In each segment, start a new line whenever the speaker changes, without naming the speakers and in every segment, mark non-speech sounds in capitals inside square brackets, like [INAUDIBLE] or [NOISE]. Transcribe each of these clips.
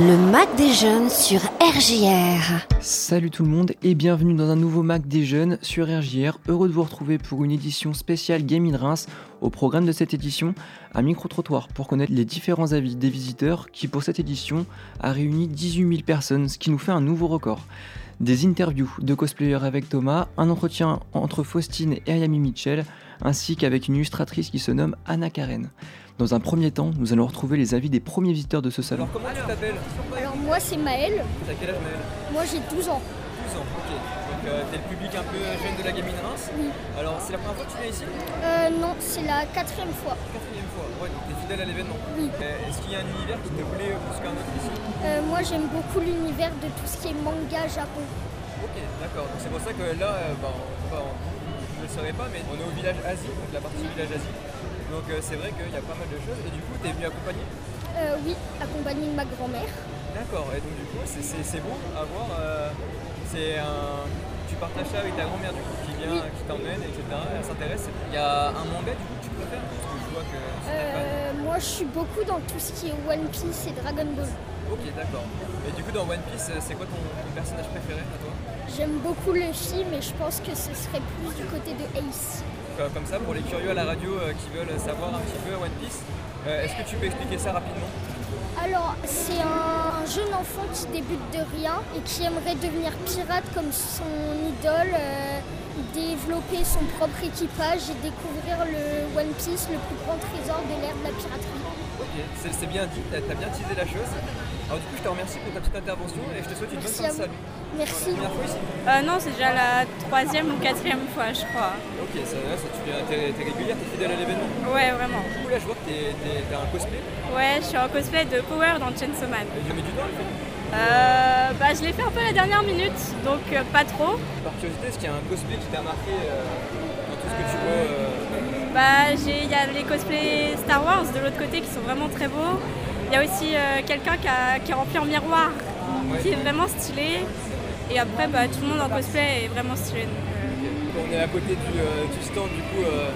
Le Mac des jeunes sur RJR.
Salut tout le monde et bienvenue dans un nouveau Mac des jeunes sur RJR. Heureux de vous retrouver pour une édition spéciale Game in Reims. Au programme de cette édition, un micro-trottoir pour connaître les différents avis des visiteurs qui pour cette édition a réuni 18 000 personnes, ce qui nous fait un nouveau record. Des interviews de cosplayers avec Thomas, un entretien entre Faustine et Ayami Mitchell, ainsi qu'avec une illustratrice qui se nomme Anna Karen. Dans un premier temps, nous allons retrouver les avis des premiers visiteurs de ce salon.
Comment tu t'appelles
Alors moi c'est Maël,
T'as quel âge Maël
moi j'ai 12 ans.
12 ans, ok. Donc euh, t'es le public un peu jeune de la gamine Reims.
Oui.
Alors c'est la première fois que tu viens ici
Euh, non, c'est la quatrième fois.
Quatrième fois. Ouais, donc t'es fidèle à l'événement.
Oui.
Euh, Est-ce qu'il y a un univers qui te plaît euh, plus qu'un autre ici
Euh, moi j'aime beaucoup l'univers de tout ce qui est manga japon.
Ok, d'accord. Donc c'est pour ça que là, euh, bah, on- bah, on- je ne le savais pas, mais on est au village Asie, donc la partie village Asie. Donc euh, c'est vrai qu'il y a pas mal de choses. Et du coup, t'es venu accompagner
Euh, oui, accompagné de ma grand-mère.
D'accord. Et donc du coup, c'est- c'est c'est beau à voir. euh, c'est un... Tu partages ça avec ta grand-mère du coup, qui vient, qui t'emmène, etc. Elle s'intéresse. Il y a un manga du coup que tu préfères Parce que je vois que c'est ta fan.
Euh, moi je suis beaucoup dans tout ce qui est One Piece et Dragon Ball.
Ok, d'accord. Et du coup, dans One Piece, c'est quoi ton, ton personnage préféré à toi
J'aime beaucoup le film et je pense que ce serait plus du côté de Ace.
Comme- Comme ça, pour les curieux à la radio euh, qui veulent savoir un petit peu One Piece, euh, est-ce que tu peux expliquer ça rapidement
Alors c'est un, un jeune enfant qui débute de rien et qui aimerait devenir pirate comme son idole, euh, développer son propre équipage et découvrir le One Piece, le plus grand trésor de l'ère de la piraterie.
Ok, c'est c'est bien dit, t'as t'as bien teasé la chose. Alors du coup, je te remercie pour ta petite intervention et je te souhaite une
Merci
bonne
à
fin de
vous.
salut.
Merci.
Voilà, première fois ici
Euh, non, c'est déjà la troisième ou quatrième fois, je crois.
Ok, ça, là, ça, tu viens, t'es t'es régulière, t'es fidèle à l'événement.
Ouais, vraiment.
Du coup, là, je vois que t'es- t'es- t'as un cosplay.
Ouais, je suis en cosplay de Power dans Chainsaw Man.
Et tu mets du temps à le faire.
Euh, bah, je l'ai fait un peu à la dernière minute, donc euh, pas trop.
Par curiosité, est-ce qu'il y a un cosplay qui t'a marqué euh, dans tout ce que tu vois euh,
Bah, j'ai- il y a les cosplays Star Wars de l'autre côté qui sont vraiment très beaux. Il y a aussi euh, quelqu'un qui, a- qui est rempli en miroir, qui est vraiment stylé. Et après, bah, tout le monde en cosplay est vraiment stylé. donc,
On est à côté du, euh, du stand du coup euh,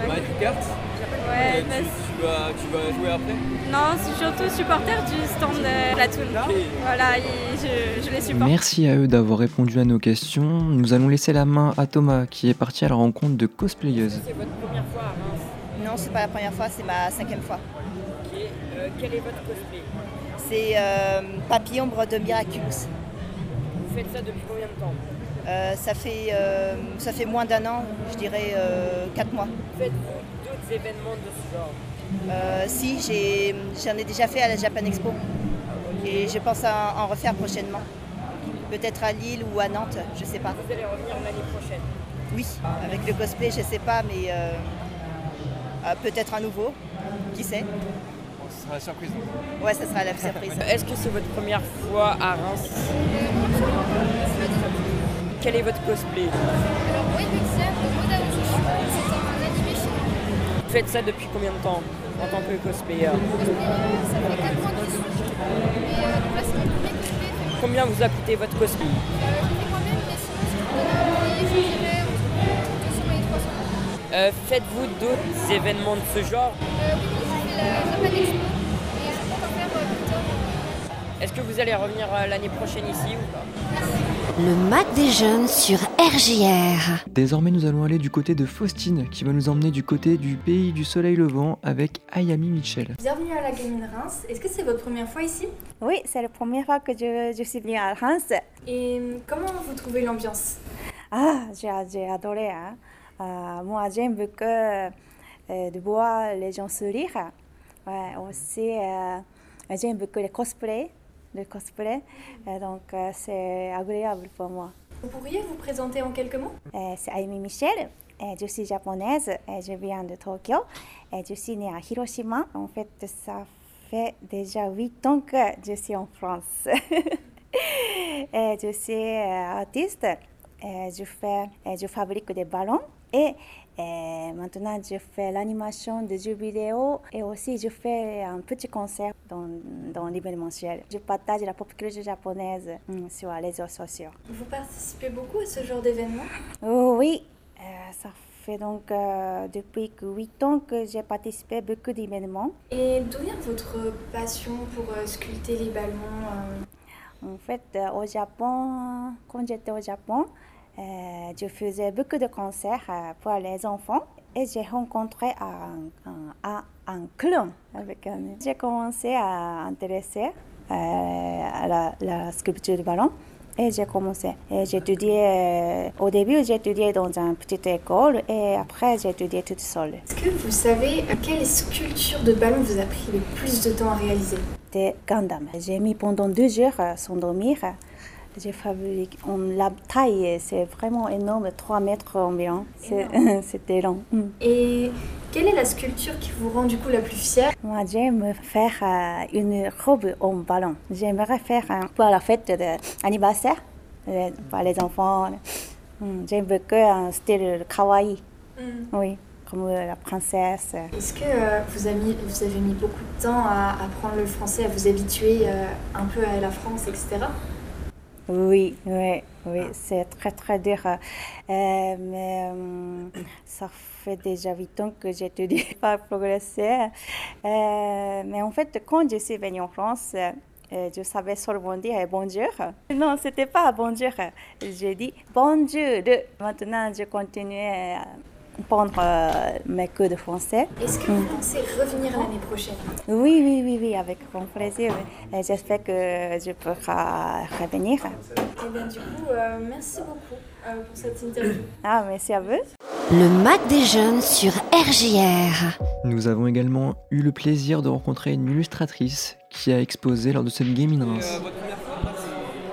Ouais.
Mario Kart.
euh,
Euh,
ouais,
tu,
bah,
tu vas, tu vas jouer après
non, je suis surtout supporter du stand de Platoon. Voilà, et je, je les supporte.
Merci à eux d'avoir répondu à nos questions. Nous allons laisser la main à Thomas qui est parti à la rencontre de cosplayeuses.
C'est votre première fois à Reims.
Non, c'est pas la première fois, c'est ma cinquième fois.
Ok. Euh, quel est votre cosplay
C'est euh, Papillombre de Miraculous.
Vous faites ça depuis combien de temps
Euh, ça, fait, euh, ça fait moins d'un an, je dirais euh, quatre mois.
Faites-vous d'autres événements de ce genre
Euh, si, j'ai- j'en ai, déjà fait à la Japan Expo
Ah,
et je pense à en refaire prochainement. Peut-être à Lille ou à Nantes, je sais pas.
Vous allez revenir l'année prochaine.
Oui, avec le cosplay, je sais pas, mais euh, euh, peut-être un nouveau, qui sait
Ce sera la surprise.
Ouais, ça sera la surprise.
Euh, Est-ce que c'est votre première fois à Reims Quel est votre cosplay
Alors oui, Mixer, le modèle que je suis, c'est un animé chez nous.
Vous faites ça depuis combien de temps en tant que cosplayer
Ça fait 4 ans que je suis. Et euh, donc là, c'est mon premier cosplay. donc,
Combien vous a coûté votre cosplay
Euh, je fais moi-même, mais sinon, je trouve que je dirais entre 200 et 300 euros.
Euh, Faites-vous d'autres événements de ce genre
Euh, oui, j'ai fait la Japan Expo et je compte en faire euh, plus tard.
Est-ce que vous allez revenir euh, l'année prochaine ici ou pas
Le Mac des jeunes sur RJR.
Désormais, nous allons aller du côté de Faustine qui va nous emmener du côté du pays du soleil levant avec Ayami Mitchell.
Bienvenue à la Gamine Reims. Est-ce que c'est votre première fois ici
Oui, c'est la première fois que je, je suis venue à Reims.
Et euh, comment vous trouvez l'ambiance
Ah, j'ai, j'ai adoré. hein. Euh, moi, j'aime beaucoup euh, de voir les gens sourire. Ouais, aussi, euh, j'aime beaucoup les cosplays. Le cosplay, Euh, donc euh, c'est agréable pour moi.
Vous pourriez vous présenter en quelques mots
Euh, c'est Amy Michel. Et je suis japonaise. Et je viens de Tokyo. Et je suis née à Hiroshima. En fait, ça fait déjà huit ans que je suis en France. [LAUGHS] et je suis euh, artiste. Et je, fais, et je fabrique des ballons. Et, euh, maintenant, je fais l'animation des jeux vidéo. Et aussi, je fais un petit concert dans, dans l'événementiel. Je partage la pop culture japonaise mm, sur les réseaux sociaux.
Vous participez beaucoup à ce genre d'événement
Oh oui, euh, ça fait donc euh, depuis 8 ans que j'ai participé à beaucoup d'événements.
Et d'où vient votre passion pour euh, sculpter les ballons euh
En fait, euh, au Japon, quand j'étais au Japon, euh, je faisais beaucoup de concerts euh, pour les enfants et j'ai rencontré un, un, un- un clown. Avec un- J'ai commencé à intéresser euh, à la, la sculpture de ballon. Et j'ai commencé. Et j'étudiais, euh, au début, j'étudiais dans une petite école et après, j'étudiais toute seule.
Est-ce que vous savez euh, quelle sculpture de ballon vous a pris le plus de temps à réaliser
C'était Gundam. J'ai mis pendant deux heures euh, sans dormir. J'ai fabriqué en la taille, c'est vraiment énorme, 3 mètres environ. C'est- [LAUGHS] C'était long. Mm.
Et quelle est la sculpture qui vous rend du coup la plus fière
Moi, j'aime faire euh, une robe en ballon. J'aimerais faire un pour la fête d'anniversaire les, euh, pour les enfants. Mm, J'aime beaucoup un style kawaii,
Mm.
oui, comme euh, la princesse.
Est-ce que euh, vous, avez mis, vous avez mis beaucoup de temps à apprendre le français, à vous habituer euh, un peu à la France, etc.
Oui, oui, oui,
Ah.
c'est très très dur. Euh, mais euh, ça fait déjà huit ans que j'étudie [LAUGHS] pas progresser. Euh, mais en fait, quand je suis venue en France, euh, je savais seulement bondir et bonjour. Non, c'était pas bonjour. J'ai dit bonjour. Maintenant, je continue à prendre euh, mes cours de français. Mm.
Est-ce que vous pensez revenir l'année prochaine
Oui, oui, oui, oui, avec grand plaisir. Et J'espère que je pourrai revenir.
Eh bien du coup, euh, merci beaucoup euh, pour cette interview.
Ah, merci à vous.
Le Mac des jeunes sur RJR.
Nous avons également eu le plaisir de rencontrer une illustratrice qui a exposé lors de cette Game in Reims.
votre première fois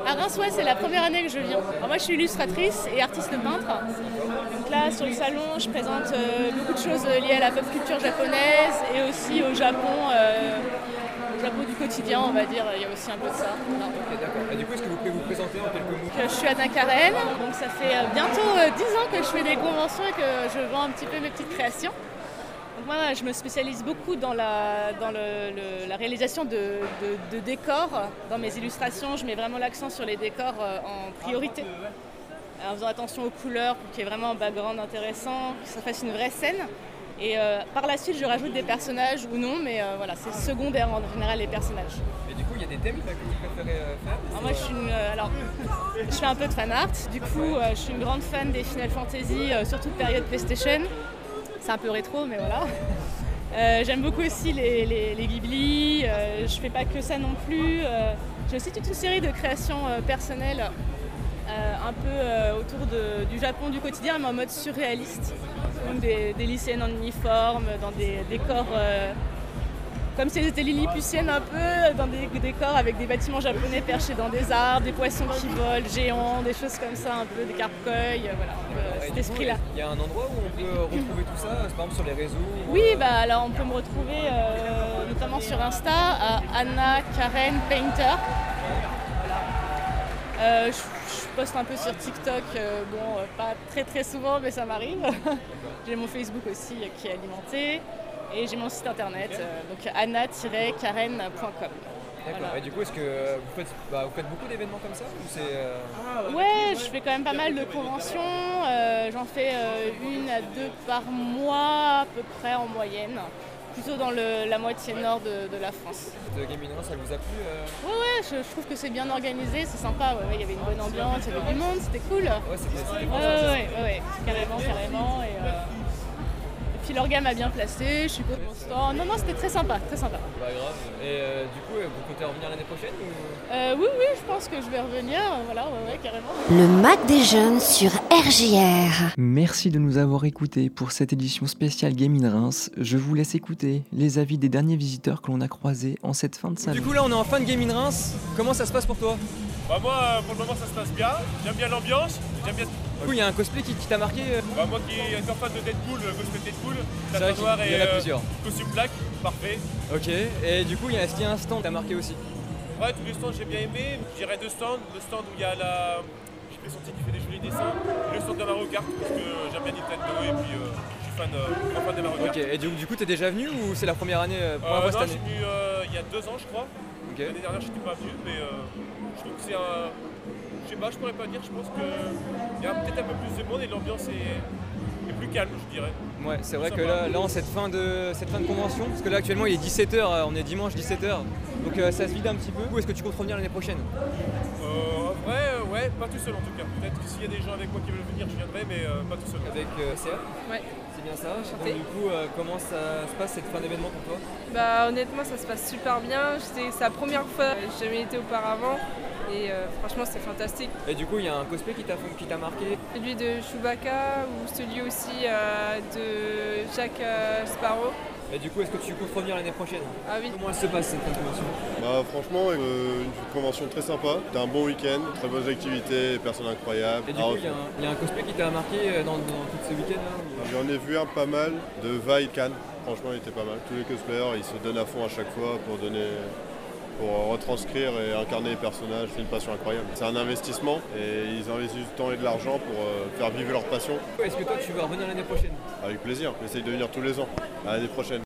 À Reims, ouais, c'est la première année que je viens. Alors, moi, je suis illustratrice et artiste peintre. Donc là, sur le salon, je présente euh, beaucoup de choses liées à la pop culture japonaise et aussi au Japon, euh, au Japon du quotidien, on va dire. Il y a aussi un peu de ça. Voilà.
Ok, d'accord. Et du coup, est-ce que vous pouvez vous présenter en quelques mots
Donc, euh, je suis Anna Karen, donc ça fait euh, bientôt euh, 10 ans que je fais des conventions et que je vends un petit peu mes petites créations. Donc moi, je me spécialise beaucoup dans la, dans le- le- la réalisation de, de- de décors. Dans mes illustrations, je mets vraiment l'accent sur les décors euh, en priorité, en faisant attention aux couleurs pour qu'il y ait vraiment un background intéressant, que ça fasse une vraie scène. Et euh, par la suite, je rajoute des personnages ou non, mais euh, voilà, c'est secondaire en général les personnages.
Et du coup, il y a des thèmes là, que vous préférez euh, faire
Alors moi, je, suis une- euh, alors, je fais un peu de fan art. Du coup, euh, je suis une grande fan des Final Fantasy, euh, surtout de période PlayStation. C'est un peu rétro, mais voilà. [LAUGHS] Euh, J'aime beaucoup aussi les, les- les Ghibli. euh, je fais pas que ça non plus. euh, J'ai aussi toute une série de créations euh, personnelles, euh, un peu euh, autour de- du Japon du quotidien, mais en mode surréaliste. Donc des, des lycéennes en uniforme, dans des décors. euh, comme si elles étaient lilliputiennes un peu, dans des décors avec des bâtiments japonais perchés dans des arbres, des poissons qui volent, géants, des choses comme ça, un peu des carpe-coeuils, euh, voilà, un peu, euh,
Et
cet
du coup,
esprit-là.
Il y a un endroit où on peut euh, retrouver tout ça, par exemple sur les réseaux ou,
Oui,
euh,
bah alors on peut me retrouver euh, notamment sur Insta à Anna Karen Painter. Voilà. Euh, je, je poste un peu sur TikTok, euh, bon, euh, pas très très souvent, mais ça m'arrive. [LAUGHS] j'ai mon Facebook aussi euh, qui est alimenté et j'ai mon site internet, euh, donc anna-karen.com.
D'accord.
voilà.
Et du coup, est-ce que euh, vous faites, bah, vous faites beaucoup d'événements comme ça ou c'est euh,
Ouais, je fais quand même pas mal de conventions. euh, J'en fais euh, une à deux par mois à peu près en moyenne, plutôt dans le- la moitié nord de- de la France.
cette Game in Reims, ça vous a plu euh
Ouais, je, je trouve que c'est bien organisé, c'est sympa. Ouais, ouais, il y avait une bonne ambiance, il y avait du monde, c'était cool. Ouais,
Ouais, c'était c'était
ouais,
vraiment sympa.
ouais, ouais, ouais, carrément, carrément. Et, euh, et puis l'orga m'a bien placé, je suis contente. Non, non, c'était très sympa, très sympa.
Pas grave. Et euh, du coup, euh, vous comptez revenir l'année prochaine ou...
Euh, oui, oui, je pense que je vais revenir. euh, Voilà, ouais, ouais, carrément.
Le Mac des jeunes sur RJR.
Merci de nous avoir écoutés pour cette édition spéciale Game in Reims. Je vous laisse écouter les avis des derniers visiteurs que l'on a croisés en cette fin de
Du
salon.
coup, là, on est en fin de Game in Reims. Comment ça se passe pour toi
Bah moi euh, pour le moment ça se passe bien, j'aime bien l'ambiance, j'aime bien...
Du coup, il y a un cosplay qui, qui t'a marqué euh
Bah moi qui est encore fan de Deadpool, euh, cosplay Deadpool,
C'est vrai
la
qu'il
noire
il y
et
en a
euh,
plusieurs.
costume black, parfait.
Ok. Et du coup, il y a- est-ce qu'il y a un stand qui t'a marqué aussi
Ouais tous les stands j'ai bien aimé, j'irai deux stands, le stand où il y a la... J'ai fait son titre qui fait des jolis dessins, le stand de Mario Kart parce que j'aime bien Nintendo et puis euh, je suis fan, euh, grand fan de Mario
Ok.
Kart.
Et du, du coup, t'es déjà venu ou c'est la première année euh,
Euh,
première fois
non,
cette
j'ai
année
venu euh, il y a deux ans je crois,
Ok.
l'année dernière j'étais pas venu mais euh, je trouve que c'est un... Je sais pas, je pourrais pas dire, je pense que il y a peut-être un peu plus de monde et l'ambiance est...
et plus calme, je dirais.
Ouais, c'est vrai que là, là, en cette fin, de, cette fin de convention, parce que là actuellement il est 17h, on est dimanche 17h, donc euh, ça se vide un petit peu. Où est-ce que tu comptes revenir l'année prochaine
Euh, ouais, ouais, pas tout seul en tout cas. Peut-être que s'il y a des gens avec moi qui veulent venir, je viendrai, mais euh, pas tout seul.
Avec euh, CA
Ouais.
C'est bien ça.
Enchanté.
Donc, du coup, euh, comment ça se passe cette fin d'événement pour toi
Bah honnêtement ça se passe super bien, c'est la première fois, j'ai jamais été auparavant et euh, franchement c'est fantastique.
Et du coup, il y a un cosplay qui t'a qui t'a marqué
Celui de Chewbacca ou celui aussi euh, de Jack euh, Sparrow.
Et du coup, est-ce que tu comptes revenir l'année prochaine
Ah oui.
Comment elle se passe cette fin de convention
Bah franchement, euh, une convention très sympa. T'as un bon week-end, très bonnes activités, personnes incroyables.
Et du
Ah,
coup, il y, a un- il y a un cosplay qui t'a marqué euh, dans, dans tout ce week-end là ou-
J'en ai vu un pas mal de Vaille Cannes. Franchement, il était pas mal. Tous les cosplayers, ils se donnent à fond à chaque fois pour donner pour retranscrire et incarner les personnages, c'est une passion incroyable. C'est un investissement et ils investissent du temps et de l'argent pour euh, faire vivre leur passion
Est-ce que toi, tu vas revenir l'année prochaine
avec plaisir. On essaye de venir tous les ans. À l'année prochaine.